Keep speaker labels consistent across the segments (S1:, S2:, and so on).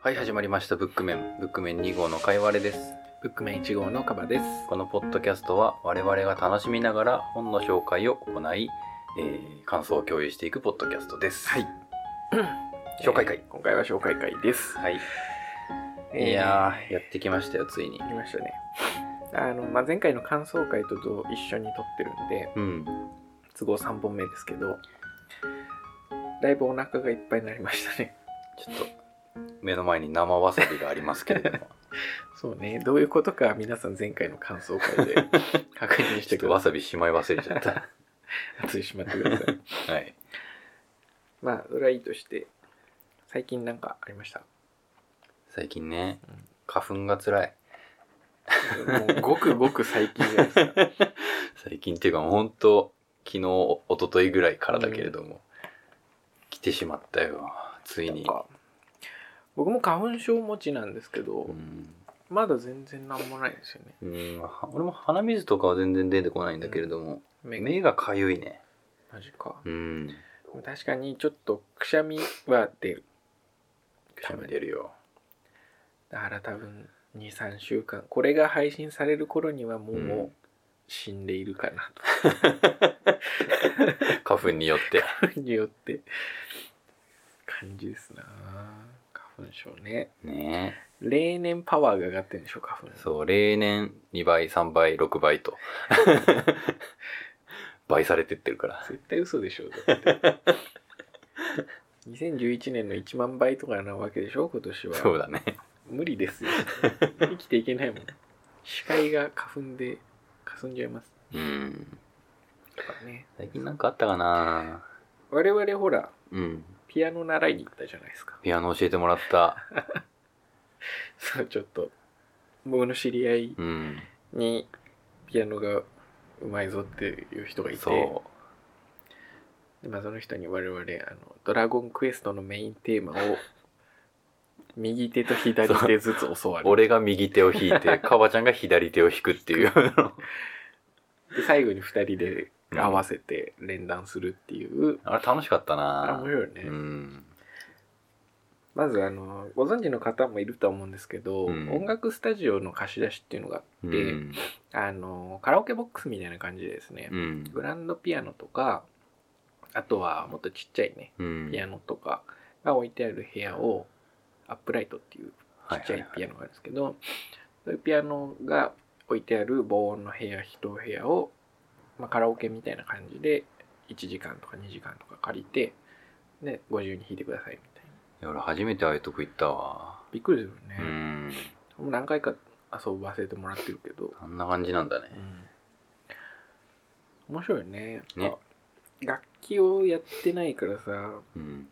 S1: はい、始まりました。ブックメン。ブックメン2号のかいわれです。
S2: ブックメン1号のカバです。
S1: このポッドキャストは我々が楽しみながら本の紹介を行い、えー感想を共有していくポッドキャストです。
S2: はい。
S1: 紹介会
S2: えー今回は紹介会です。
S1: はい。
S2: えー
S1: いやー、やってきましたよ、ついに。
S2: 来ましたね。 あの、まあ、前回の感想会とどう一緒に撮ってるんで、
S1: うん。
S2: 都合3本目ですけど、だいぶお腹がいっぱいになりましたね。
S1: ちょっと、目の前に生わさびがありますけれ ども、
S2: そうね、どういうことか皆さん前回の感想会 で確認し
S1: ちょ
S2: て
S1: っと
S2: く
S1: わ
S2: ださ
S1: さびしまい忘れちゃ った。
S2: い。熱いしまってくださ い。
S1: はい。
S2: まあ、それはいいとして、最近なんかありました。
S1: 最近ね
S2: うん、
S1: 花粉が辛い。
S2: もう、ごくごく最近じゃないですか。
S1: 最近っていうかもう本当昨日一昨日ぐらいからだけれども、来てしまったよつい
S2: なん
S1: に、
S2: か 僕も花粉症持ちなんですけど、
S1: うん、
S2: まだ全然なんもないですよね。
S1: うんは俺も鼻水とかは全然出てこないんだけれども、
S2: 目
S1: 目がかゆいね
S2: マジか。
S1: うん
S2: 確かにちょっとくしゃみは出る。
S1: くしゃみ出るよ
S2: だから多分2、3週間。これが配信される頃にはもう、
S1: うん
S2: 死んでいるかな
S1: 花粉によって
S2: と。によって。感じですな花粉症ね。
S1: ね
S2: 例年パワーが上がってるんでしょ、花粉
S1: え。そう例年2倍3倍6倍 と倍されてってるから
S2: 絶対嘘でしょ。だって 2011年の1万倍とかなわけでしょ、今年は。
S1: そうだね
S2: 無理で すよ生きていけないもん視界が花粉で霞んじゃいます
S1: うん
S2: だからね
S1: 最近なんかあったかな
S2: 我々ほら
S1: うん
S2: ピアノ習いに行ったじゃないですか
S1: ピアノ教えてもらった
S2: そうちょっと僕の知り合い
S1: うん
S2: にピアノがうまいぞっていう人がいて
S1: そう
S2: で、まあ、その人に我々あの「ドラゴンクエスト」のメインテーマを右手と左手ずつ教わる
S1: 俺が右手を引い て、かばちゃんが左手を引くっていう。
S2: で最後に2人で合わせて連弾するっていう、
S1: あれ楽しかった
S2: あれ
S1: な
S2: 面白いよね、
S1: うん。
S2: まずあのご存知の方もいるとは思うんですけど、
S1: うん
S2: 音楽スタジオの貸し出しっていうのがあって、
S1: うん。
S2: あのカラオケボックスみたいな感じでですね、
S1: うん。
S2: グランドピアノとかあとはもっとちっちゃいね
S1: うん
S2: ピアノとかが置いてある部屋をアップライトっていうちっちゃ
S1: はいは
S2: ピアノがあるんですけど、そういうピアノが置いてある防音の部屋一部屋を、まあ、カラオケみたいな感じで1時間とか2時間とか借りてでご自由に弾いてくださいみたいな。
S1: いや俺初めてああいうとこ行ったわ。
S2: びっくりするよね。
S1: うん。
S2: もう何回か遊ばせてもらってるけど、
S1: あんな感じなんだね。
S2: 面白いね
S1: ね
S2: あ楽器をやってないからさ
S1: うん。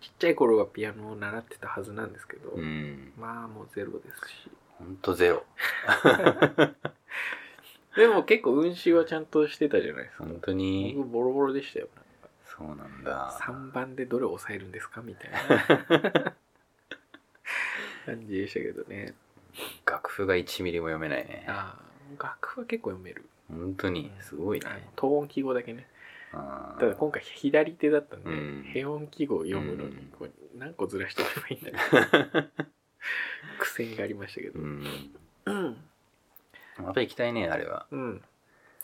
S2: ちっちゃい頃はピアノを習ってたはずなんですけど、
S1: うん。
S2: まあもうゼロですし
S1: ほんとゼロ。
S2: でも結構運指はちゃんとしてたじゃないですか
S1: 本当に。
S2: 僕ボロボロでしたよ
S1: そうなんだ。
S2: 3番でどれを抑えるんですかみたいな 感じでしたけどね
S1: 楽譜が1ミリも読めないね。
S2: ああ楽譜は結構読める
S1: 本当に。すごいね
S2: あの。等音記号だけね
S1: あー
S2: ただ今回左手だったんで、
S1: うん
S2: 平音記号を読むの
S1: うん
S2: にこう何個ずらしておけばいいんだ ろう苦戦がありましたけど
S1: うん。
S2: うん、
S1: また行きたいね、あれは。
S2: うん、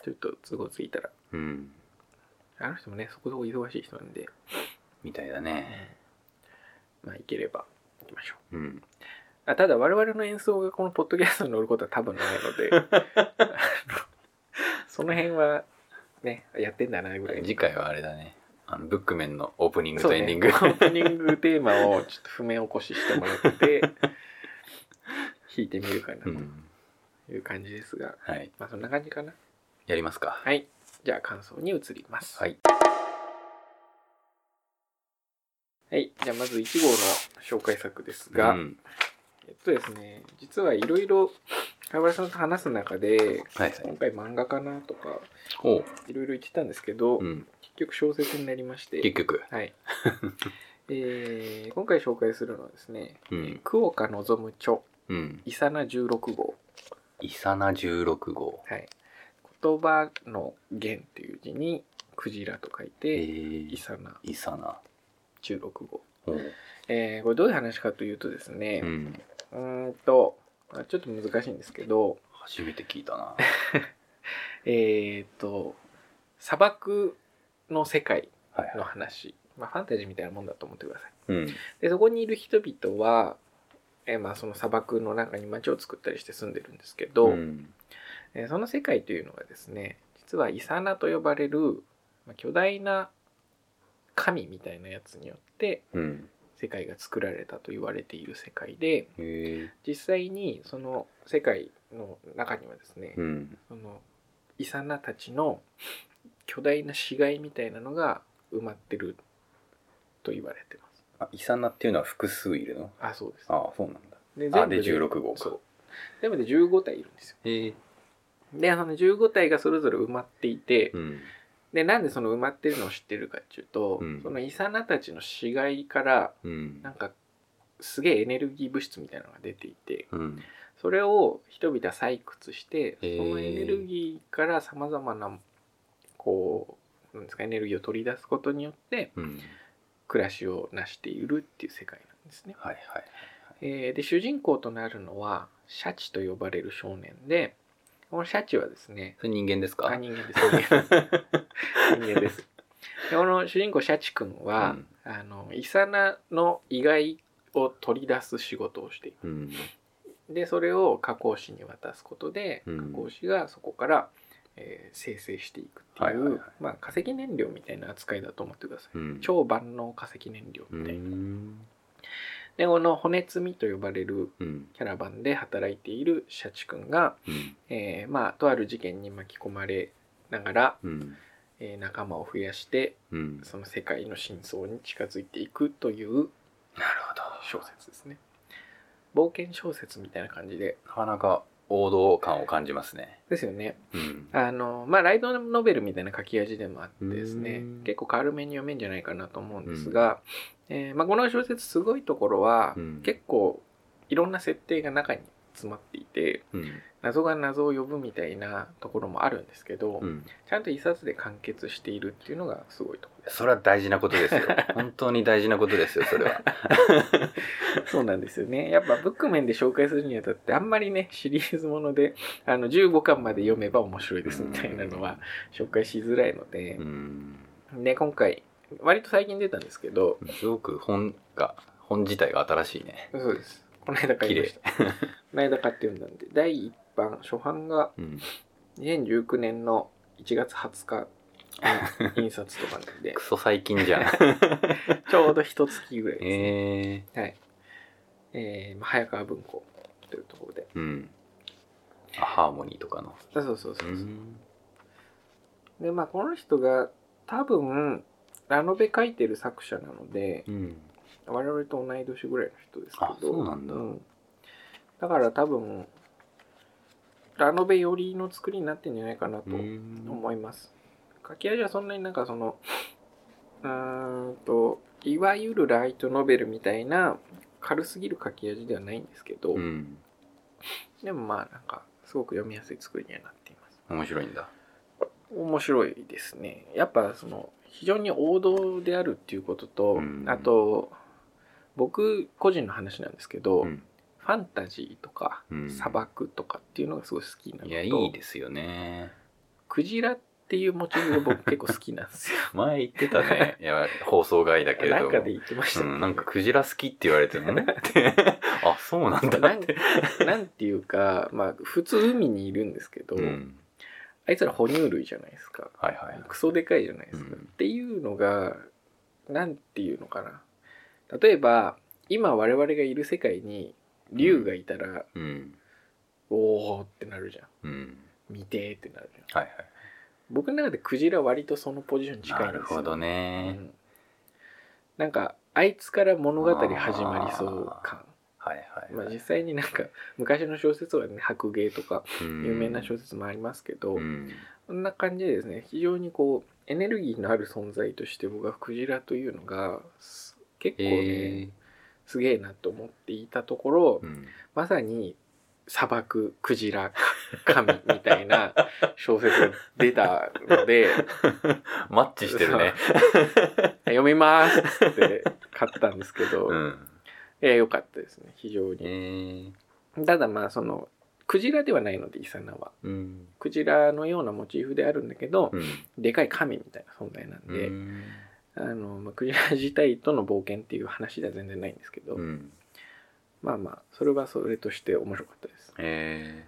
S2: ちょっと都合ついたら
S1: うん。
S2: あの人もねそこそこ忙しい人なんで、
S1: みたいだね。
S2: まあ行ければ行きましょう
S1: うん。
S2: あただ我々の演奏がこのポッドキャストに乗ることは多分ないので あのその辺はねやってんだなぐらい
S1: 次回はあれだね。あの、ブックメンのオープニング
S2: そ
S1: と
S2: う
S1: エンディン
S2: ね
S1: グ。
S2: オープニングテーマをちょっと譜面起こししても らって弾いてみるかな
S1: う
S2: と
S1: ん。
S2: いう感じですが、
S1: はい。
S2: まあそんな感じかな
S1: やりますか。
S2: はいじゃあ感想に移ります
S1: はい、
S2: はいじゃあまず1号の紹介作ですが、
S1: うん
S2: えっとですね実はいろいろ川原さんと話す中で
S1: はいはい。
S2: 今回漫画かなとか
S1: おう。
S2: いろいろ言ってたんですけど、
S1: うん。
S2: 結局小説になりまして
S1: 結局。
S2: はい。えー今回紹介するのはですね、
S1: うん。
S2: 久岡望著、
S1: うん。
S2: イサナ16号。
S1: イサナ16号。
S2: はい。言葉の源っていう字に、クジラと書い
S1: え
S2: て、イ
S1: ー、
S2: サナ
S1: イサナ。
S2: 16号。
S1: ほおう
S2: えーこれどういう話かというとですね、
S1: うん。
S2: うーんと、あちょっと難しいんですけど、
S1: 初めて聞い たな。
S2: えっ、と、砂漠の世界
S1: はい
S2: の
S1: は
S2: 話、まあ、ファンタジーみたいなもんだと思ってください。
S1: い。うん。
S2: で、そこにいる人々は、えーまあ、その砂漠の中に町を作ったりして住んでるんですけど、
S1: ん。
S2: えーその世界というのがですね、実はイサナと呼ばれる、まあ、巨大な神みたいなやつによって
S1: うん。
S2: 世界が作られたと言われている世界で、
S1: へえ。
S2: 実際にその世界の中にはですね、
S1: うん。
S2: そのイサナたちの巨大な死骸みたいなのが埋まってると言われてます。
S1: あ、イサナっていうのは複数いるの
S2: あ、そうです。
S1: ああ、そうなんだ。
S2: で
S1: あ、で16号
S2: そ
S1: か
S2: う。全部で15体いるんですよ。
S1: へえ。
S2: で、その15体がそれぞれ埋まっていて、
S1: うん。
S2: で、なんでその埋まってるのを知ってるかっていうと、
S1: うん
S2: そのイサナたちの死骸から
S1: うん
S2: なんかすげえエネルギー物質みたいなのが出ていて、
S1: うん。
S2: それを人々は採掘してそ
S1: へー
S2: のエネルギーからさまざまなこうなんですかエネルギーを取り出すことによって
S1: うん。
S2: 暮らしを成しているっていう世界なんですね。
S1: はいはい。
S2: えーで主人公となるのはシャチと呼ばれる少年でこのシャチはですね
S1: それ人間ですか
S2: あ人間です人間 人間です。でこの主人公シャチくんは、
S1: うん
S2: あのイサナの意外を取り出す仕事をしている
S1: うん。
S2: でそれを加工紙に渡すことで、
S1: うん
S2: 加工紙がそこから、えー生成していくっていう、
S1: はいはいはい
S2: まあ、化石燃料みたいな扱いだと思ってください、
S1: うん。
S2: 超万能化石燃料
S1: う
S2: みたいな、
S1: ん。
S2: でこの骨積みと呼ばれる
S1: うん。
S2: キャラバンで働いているシャチくんが、
S1: うん。
S2: えーまあ、とある事件に巻き込まれながら、
S1: うん。
S2: えー仲間を増やして
S1: うん。
S2: その世界の真相に近づいていくという
S1: なるほど。
S2: 小説ですね冒険小説みたいな感じで
S1: なかなか王道感を感じますね。
S2: ですよね
S1: うん。
S2: あのまあライトノベルみたいな書き味でもあってですね
S1: うん
S2: 結構軽めに読めんじゃないかなと思うんですが、えーまあ、この小説すごいところは、
S1: うん
S2: 結構いろんな設定が中に詰まっていて
S1: うん。
S2: 謎が謎を呼ぶみたいなところもあるんですけど、
S1: うん。
S2: ちゃんと一冊で完結しているっていうのがすごいところで
S1: それは大事なこと ですよ。本当に大事なことですよ、それは。
S2: す。 そうなんですよねやっぱブック面で紹介するにあたってあんまりねシリーズものであの15巻まで読めば面白いですみたいなのは紹介しづらいので。
S1: うん。
S2: ね、今回割と最近出たんですけど
S1: すごく本が、本自体が新しいね。
S2: そうですこの間買いました この間買って読んだんで第1版初版が
S1: うん。
S2: 2019年の1月20日に印刷とかな んで
S1: クソ最近じゃん。
S2: ちょうど一月ぐらいです、ね
S1: ええ
S2: はいえーまあ、早川文庫というところで
S1: うん。あハーモニーとかの。
S2: あそうそうそう
S1: う
S2: そう、
S1: ん。
S2: でまあこの人が多分ラノベ書いてる作者なので
S1: うん。
S2: 我々と同い年ぐらいの人ですけど
S1: あそうなんだ
S2: だから多分ラノベ寄りの作りになってんじゃないかなと思います書き味はそんなになんかそのうーんといわゆるライトノベルみたいな軽すぎる書き味ではないんですけど、
S1: うん。
S2: でもまあなんかすごく読みやすい作りにはなっています
S1: 面白いんだ。
S2: 面白いですねやっぱその非常に王道であるっていうことと、
S1: うん
S2: あと僕個人の話なんですけど、
S1: うん
S2: ファンタジーとか、
S1: うん
S2: 砂漠とかっていうのがすごい好きなのと
S1: いや、いいですよね。
S2: クジラっていうモチーフが僕結構好きなんですよ
S1: 前言ってたね。いや、放送外 だけれど
S2: な
S1: も。
S2: んかで言ってました
S1: う
S2: ね、
S1: ん、なんかクジラ好きって言われて もねってあそうなんだ
S2: な
S1: っ
S2: ん
S1: て、
S2: なんていうかまあ普通海にいるんですけど、
S1: うん、
S2: あいつら哺乳類じゃないですか
S1: はいはい
S2: クソでかいじゃないですか、
S1: うん
S2: っていうのがなんていうのかな例えば今我々がいる世界に竜がいたら、
S1: うん
S2: おーってなるじゃん
S1: うん
S2: 見てーってなるじゃん
S1: はいはい
S2: 僕の中でクジラ割とそのポジションに近い
S1: な
S2: んですよ
S1: るほど
S2: う
S1: ね、
S2: ん、なんかあいつから物語始まりそう感
S1: はいはい、
S2: まあ、実際になんか昔の小説はね白芸とか有名な小説もありますけど、
S1: うん
S2: そんな感じでですね非常にこうエネルギーのある存在として僕はクジラというのがす結構ね、
S1: えー
S2: すげえなと思っていたところ
S1: うん、
S2: まさに砂漠クジラ 神みたいな小説が出たので、
S1: マッチしてる ね。
S2: 読みますっつって買ったんですけど、
S1: うん。
S2: いや、良かったですね、非常
S1: え
S2: に。
S1: ー、
S2: ただまあ、その、クジラではないので、イサナは。
S1: うん。
S2: クジラのようなモチーフであるんだけど、
S1: うん。
S2: でかい神みたいな存在なんで、
S1: うん
S2: あの、まあ、クジラ自体との冒険っていう話では全然ないんですけど、
S1: うん。
S2: まあまあ、それはそれとして面白かったです。
S1: え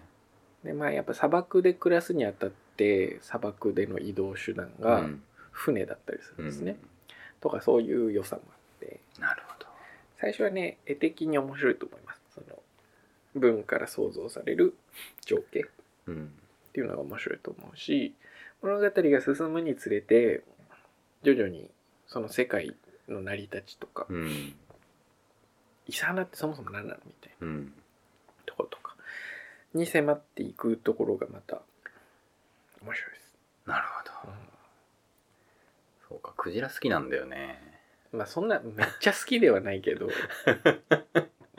S2: で、まあ、やっぱ砂漠で暮らすにあたって、砂漠での移動手段
S1: ー、
S2: が
S1: うん
S2: 船だったりするんですね。
S1: うん
S2: とか、そういう良さもあって、
S1: なるほど。
S2: 最初はね、絵的に面白いと思います。その、文から想像される情景。
S1: うん。
S2: っていうのが面白いと思うし物語が進むにつれて徐々にその世界の成り立ちとか
S1: うん。
S2: イサナってそもそも何なのみたい
S1: うん。
S2: なとことかに迫っていくところがまた面白いです、
S1: なるほど。そうか、クジラ好きなんだよね。
S2: うんまあそんなめっちゃ好きではな いけど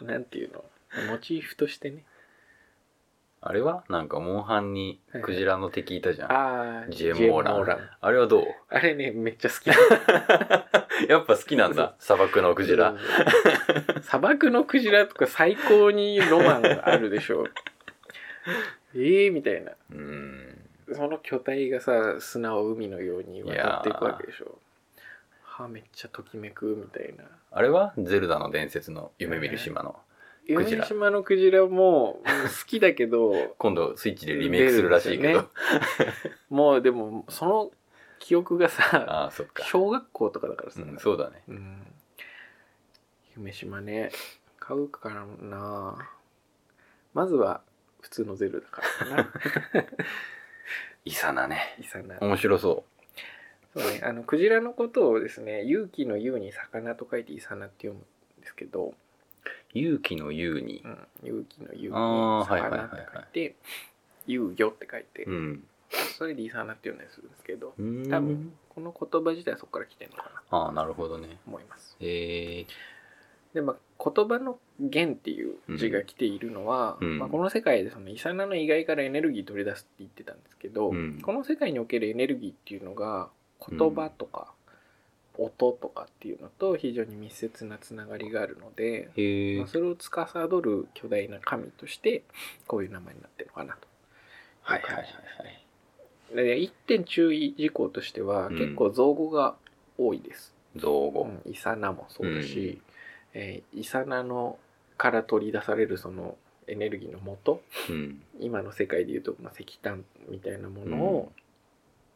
S2: なんていうのモチーフとしてね
S1: あれはなんか、モンハンにクジラの敵いたじゃん。
S2: ああ
S1: ジェーンモーランあれはどう
S2: あれねめっちゃ好き
S1: やっぱ好きなんだ、 砂漠のクジラ。
S2: うん 砂漠のクジラとか最高にロマンがあるでし ょええみたいな
S1: うん。
S2: その巨体がさ砂を海のように渡っていくわけでしょはあめっちゃときめくみたいな
S1: あれはゼルダの伝説の夢見る島の。ク
S2: 夢
S1: ジラ
S2: 島のクジラもうん好きだけど
S1: 今度スイッチで リメイクするらしいけ
S2: 出
S1: ど。
S2: るんもうでもその記憶がさ
S1: ああ、そっか。
S2: 小学校とかだから
S1: う
S2: さ、
S1: ん、そうだね。
S2: うん夢島ね買うかなまずは普通のゼルだからな
S1: イサナね。
S2: イサナ
S1: 面白そ
S2: そうねあのクジラのことをですね勇気の勇に魚と書いてイサナって読むんですけど、
S1: う。勇気の勇に
S2: う。ん、勇気の勇に
S1: あーはいはいはい
S2: 魚
S1: はい
S2: って書いて遊魚って書いて、
S1: うん。
S2: それでイサナって読んだりするんですけど
S1: うーん
S2: 多分この言葉自体はそこから来てるのかなと
S1: ああ、なるほどね。
S2: 思います
S1: え
S2: でまあ、言葉の「源」っていう字が来ているのは、
S1: うん
S2: まあ、この世界でそのイサナの遺骸からエネルギー取り出すって言ってたんですけど、
S1: うん
S2: この世界におけるエネルギーっていうのが言葉とか音とかっていうのと非常に密接なつながりがあるので、
S1: ー、へ
S2: ま
S1: え
S2: あ、。それを司る巨大な神としてこういう名前になってるのかなと。
S1: はいはいはいはい。
S2: で一点注意事項としては
S1: うん
S2: 結構造語が多いです。
S1: 造語。
S2: うんイサナもそうだし、えーイサナのから取り出されるそのエネルギーの元
S1: うん。
S2: 今の世界でいうと、まあ、石炭みたいなものを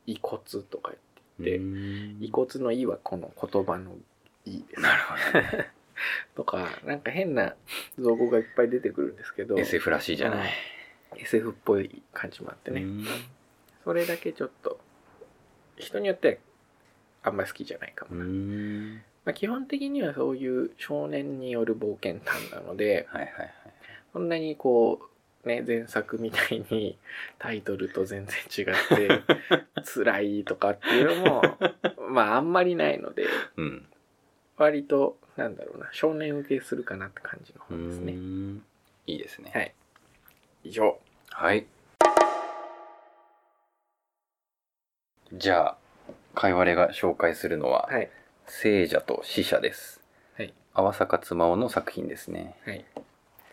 S2: 遺骨とか言って、
S1: うん
S2: 遺骨の「い」はこの言葉の「い」です
S1: なるほどね。
S2: とかなんか変な造語がいっぱい出てくるんですけど
S1: SF らしいじゃない。
S2: SF っぽい感じもあってね、
S1: うん
S2: それだけちょっと人によってはあんまり好きじゃないかも
S1: う、ん。
S2: まあ、基本的にはそういう少年による冒険談なので、
S1: はいはいはい。
S2: そんなにこう、ね、前作みたいにタイトルと全然違 って、辛いとかっていうのも、まああんまりないので、
S1: うん。
S2: 割と、なんだろうな、少年受けするかなって感じの本です
S1: う
S2: ね。
S1: んいいですね。
S2: はい以上。
S1: はい。じゃあ、かいわれが紹介するのは、
S2: はい。
S1: 聖者と死者です。
S2: はい。
S1: 泡坂妻夫の作品ですね。
S2: はい。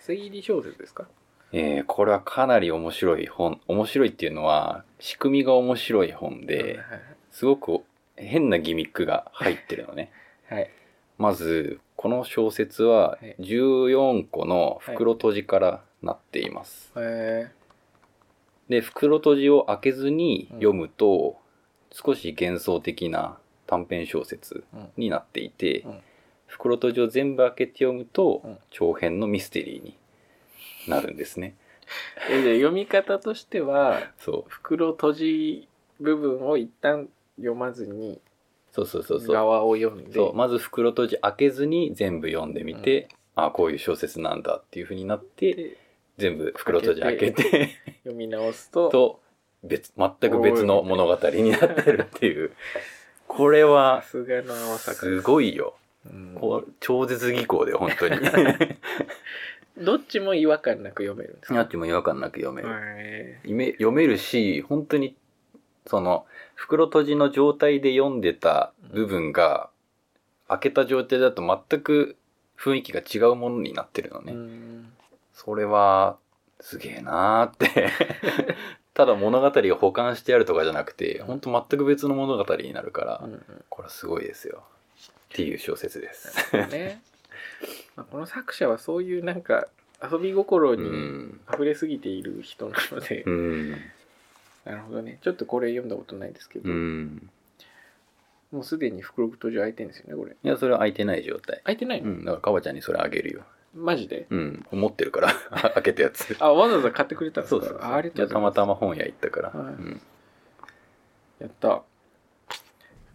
S2: 推理小説ですか
S1: えーこれはかなり面白い本、面白いっていうのは、仕組みが面白い本で、
S2: はい
S1: すごく変なギミックが入ってるのね。
S2: はい。はい。
S1: まず、この小説は
S2: はい
S1: 14個の袋閉じからなっています。
S2: え
S1: で袋閉じを開けずに読むと、少し幻想的な短編小説
S2: ー、うん。
S1: になっていて、
S2: うん
S1: 袋閉じを全部開けて読むと、
S2: うん
S1: 長編のミステリーになるんですね。
S2: えじゃあ読み方としては、
S1: そう
S2: 袋閉じ部分を一旦読まずに、
S1: そうそうそうそう
S2: 側を読んで、
S1: そうまず袋閉じ開けずに全部読んでみて、あこういう小説なんだっていうふうになって
S2: で
S1: 全部袋閉じ開けて
S2: 読み直す と、
S1: と別全く別の物語になってるっていうこれは
S2: さすがの青坂
S1: すごいよ。
S2: うん
S1: こう超絶技巧で本当に
S2: どっちも違和感なく読めるんで す
S1: あ
S2: か
S1: っても違和感なく読める、
S2: へ
S1: 読め読めるし本当にその袋閉じの状態で読んでた部分が開けた状態だと全く雰囲気が違うものになってるの
S2: ー
S1: ね、
S2: うん
S1: それはすげえなーって ただ物語を保管してあるとかじゃなくて本当全く別の物語になるから、
S2: うん
S1: これはすごいですよっていう小説です
S2: うんねまあこの作者はそういうなんか遊び心
S1: う
S2: に
S1: ん
S2: 溢れすぎている人なので、
S1: うん
S2: なるほどねちょっとこれ読んだことないですけど、
S1: うん
S2: もうすでに袋閉じ開いてるんですよねこれ
S1: いやそれは開いてない状態
S2: 開いてないの、
S1: うんだからかばちゃんにそれあげるよ
S2: マジで
S1: うん持ってるから 開けたやつ
S2: あわざわざ買ってくれたんです
S1: そ
S2: か
S1: うそうそう
S2: あありが
S1: じゃ
S2: と
S1: あ
S2: うご
S1: た
S2: ざいま
S1: ますたま本屋行ったから、
S2: はい
S1: うん
S2: やった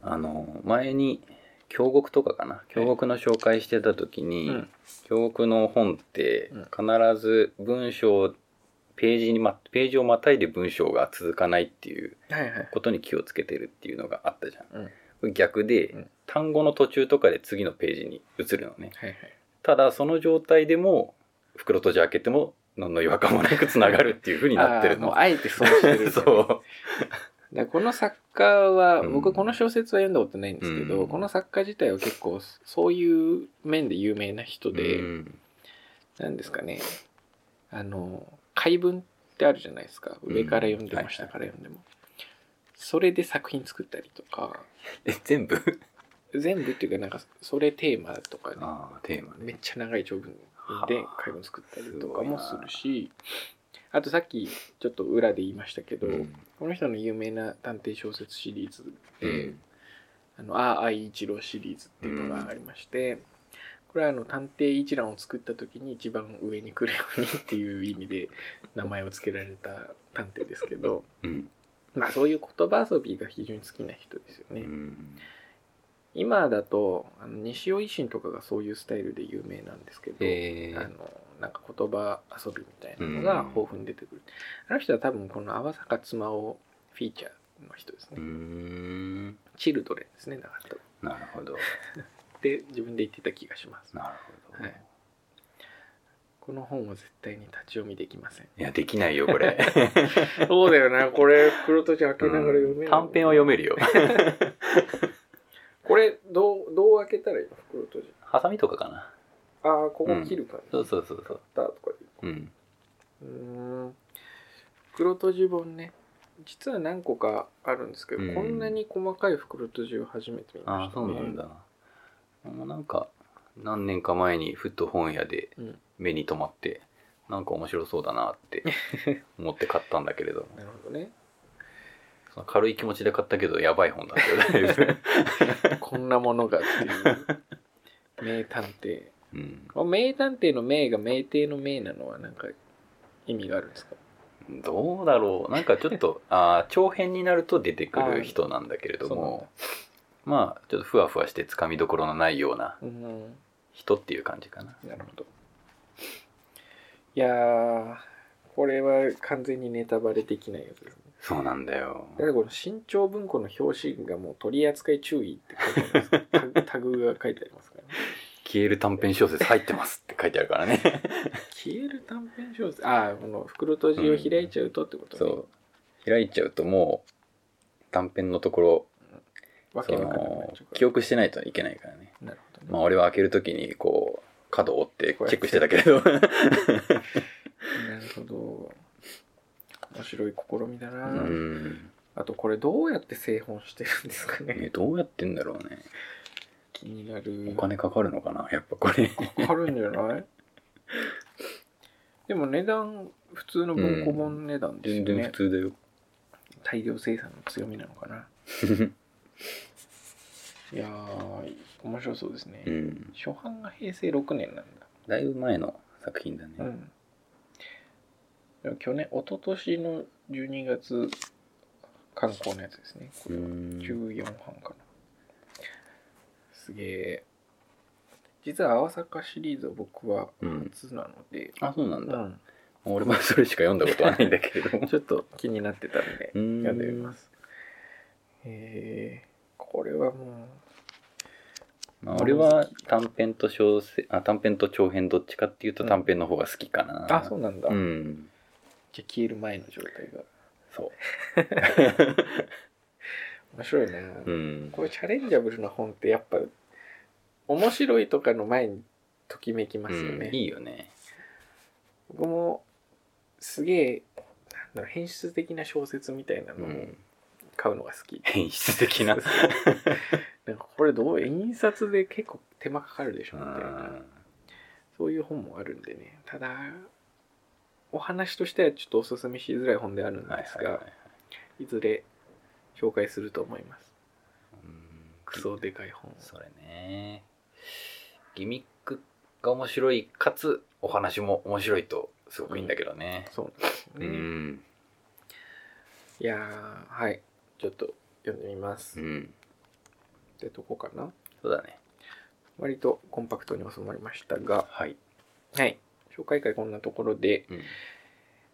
S1: あの前に京極とかかな京極の紹介してた時に、
S2: うん
S1: 京極の本って
S2: うん
S1: 必ず文章ページに、ま、ページをまたいで文章が続かないっていう
S2: はいはい
S1: ことに気をつけてるっていうのがあったじゃん、
S2: うん
S1: これ逆で、
S2: うん
S1: 単語の途中とかで次のページに移るのね
S2: はいはい
S1: ただその状態でも袋閉じ開けても何の違和感もなくつながるっていうふうになってる
S2: あーもう
S1: の
S2: あえてそうして る
S1: そう
S2: だからこの作家は、
S1: うん
S2: 僕はこの小説は読んだことないんですけど、
S1: うん
S2: この作家自体は結構そういう面で有名な人で、
S1: うん
S2: なんですかねあの解文ってあるじゃないですか
S1: うん
S2: 上から読んで
S1: はいは
S2: も
S1: い
S2: 下から読んでも、それで作品作ったりとか
S1: え全部
S2: 全部っていうかなんかそれテーマとかね
S1: ああテーマね
S2: めっちゃ長い長文で
S1: はあ
S2: 解文作ったりとかもするしあとさっきちょっと裏で言いましたけど、
S1: うん
S2: この人の有名な探偵小説シリーズ
S1: う
S2: で、
S1: ん
S2: あの、ああ、愛一郎シリーズっていうのがありまして、これはあの、探偵一覧を作った時に一番上に来るようにっていう意味で名前を付けられた探偵ですけど、
S1: うん
S2: まあそういう言葉遊びが非常に好きな人ですよ
S1: う
S2: ね。
S1: ん
S2: 今だと、あの西尾維新とかがそういうスタイルで有名なんですけど、
S1: え
S2: あ
S1: ー
S2: の、なんか言葉遊びみたいなのが豊富に出てくる。あの人は多分この泡坂妻をフィーチャーの人です
S1: うー
S2: ね。
S1: ん
S2: チルドレンですね、だから多分。
S1: なるほど
S2: で、自分で言ってた気がします。
S1: なるほど、
S2: はい
S1: い、
S2: この本は絶対に立ち読みできません
S1: やできないよこ れ
S2: そうだよなこれ黒とじ開けながら読める、
S1: うん短編は読めるよ
S2: これどうどう開けたらいいの袋とじ
S1: ハサミとかかな
S2: ああここ切る感じ、
S1: そうそうそうそう
S2: だとかで
S1: うん
S2: うーん袋とじ本ね実は何個かあるんですけど、
S1: うん
S2: こんなに細かい袋とじを初めて見
S1: あ
S2: ま
S1: あ
S2: した、
S1: そうなんだ、もうなんか何年か前にふと本屋で
S2: うん
S1: 目に留まってなんか面白そうだなって 思って買ったんだけれども
S2: なるほどね
S1: その軽い気持ちで買ったけどやばい本だったよだいぶ
S2: こんなものがっていう 名探偵
S1: うん
S2: この名探偵の名が名偵の名なのはなんか意味があるんですか
S1: どうだろうなんかちょっとあー長編になると出てくる人なんだけれどもまあちょっとふわふわしてつかみどころのないような
S2: うん
S1: 人っていう感じかな
S2: なるほど。いやー、これは完全にネタバレできないやつですね。
S1: そうなんだよ
S2: だからこの新潮文庫の表紙がもう取り扱い注意って書いてありますタグ。 タグが書いてありますからね。
S1: 消える短編小説入ってますって書いてあるからね
S2: 消える短編小説。ああ、この袋閉じを開いちゃうとってことね。
S1: そう開いちゃうともう短編のところ
S2: わ
S1: そ
S2: けわからなくなっ
S1: の
S2: ちゃう
S1: 記
S2: か
S1: 憶してないといけないからね
S2: ら。なるほどね。
S1: まあ俺は開けるときにこう角を折ってチェックしてたけれ ど
S2: なるほど。面白い試みだ
S1: う
S2: な、
S1: ん、
S2: あとこれどうやって製本してるんですかね。
S1: ね、どうやってんだろうね
S2: 気になる。
S1: お金かかるのかなやっぱこれ
S2: かかるんじゃ ないでも値段普通の文庫本値段です よ
S1: 全
S2: ね、
S1: 然普通だよ
S2: 大量生産の強みなのか ないやー面白そうですね、
S1: うん
S2: 初版が平成6年なんだ
S1: だいぶ前の作品だね、
S2: うんでも去年一昨年の12月刊行のやつですねこれは
S1: うん
S2: 14版かなすげえ実は「泡坂」シリーズは僕は
S1: うん、
S2: 初なので、
S1: あそうなんだ、
S2: うん
S1: 俺もそれしか読んだことはないんだけれ ども
S2: ちょっと気になってたんで、
S1: うん
S2: 読んでみます。えー、これはもう、
S1: まあ、俺は短編と小説あ短編と長編どっちかっていうと短編の方が好きかな、
S2: あそうなんだ、
S1: うん
S2: じゃあ消える前の状態が
S1: そ
S2: 面白いね、
S1: ううん
S2: こういうチャレンジャブルな本ってやっぱ面白いとかの前にときめきますよね、
S1: うんいいよね
S2: 僕もすげえなんだろう変質的な小説みたいな
S1: う
S2: のを
S1: ん
S2: 買うのが好き、
S1: 変質的な
S2: なんかこれどう印刷で結構手間かかるでしょ
S1: う
S2: みたいなんそういう本もあるんでねただお話としてはちょっとおすすめしづらい本であるんで
S1: はい
S2: す
S1: はい
S2: が、い
S1: はい
S2: ずれ紹介すると思います
S1: うん
S2: クソでかい本
S1: それねギミックが面白いかつお話も面白いとすごくいいんだけどね
S2: そうなんです
S1: う
S2: ね、
S1: ん
S2: いやーはいちょっと読んでみます、
S1: う
S2: っ
S1: ん
S2: てとこかな
S1: そうだね
S2: 割とコンパクトに収まりましたが
S1: はい
S2: はい紹介会こんなところで
S1: うん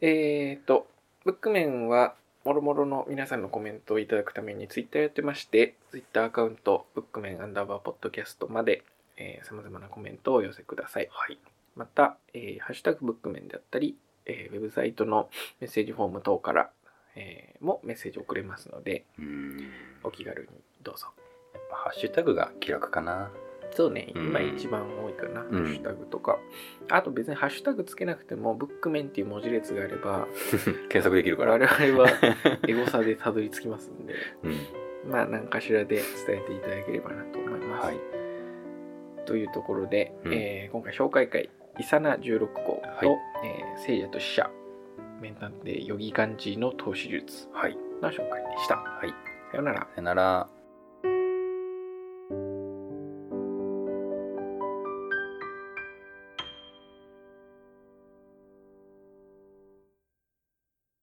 S2: えーと、ブックメンは、もろもろの皆さんのコメントをいただくためにツイッターやってまして、ツイッターアカウント、ブックメンアンダーバーポッドキャストまで、えー、様々なコメントをお寄せください。
S1: はい
S2: また、えーハッシュタグブックメンであったり、えーウェブサイトのメッセージフォーム等から、えーもメッセージ送れますので、
S1: うん
S2: お気軽にどうぞ。
S1: やっぱハッシュタグが気楽か な
S2: そうね、
S1: うん
S2: 今一番多いかな、
S1: ん
S2: ハッシュタグとか。あと別にハッシュタグつけなくても、ブックメンっていう文字列があれば、
S1: 検索できるから
S2: 我々はエゴサでたどり着きますんで、
S1: うん
S2: まあ何かしらで伝えていただければなと思います。
S1: はい
S2: というところで、
S1: うん
S2: えー今回紹介会、イサナ16号と、
S1: はい
S2: えー聖夜と死者、メンタンでヨギガンジーの投資術
S1: はい
S2: の紹介でした。
S1: はい
S2: さようなら。
S1: さよなら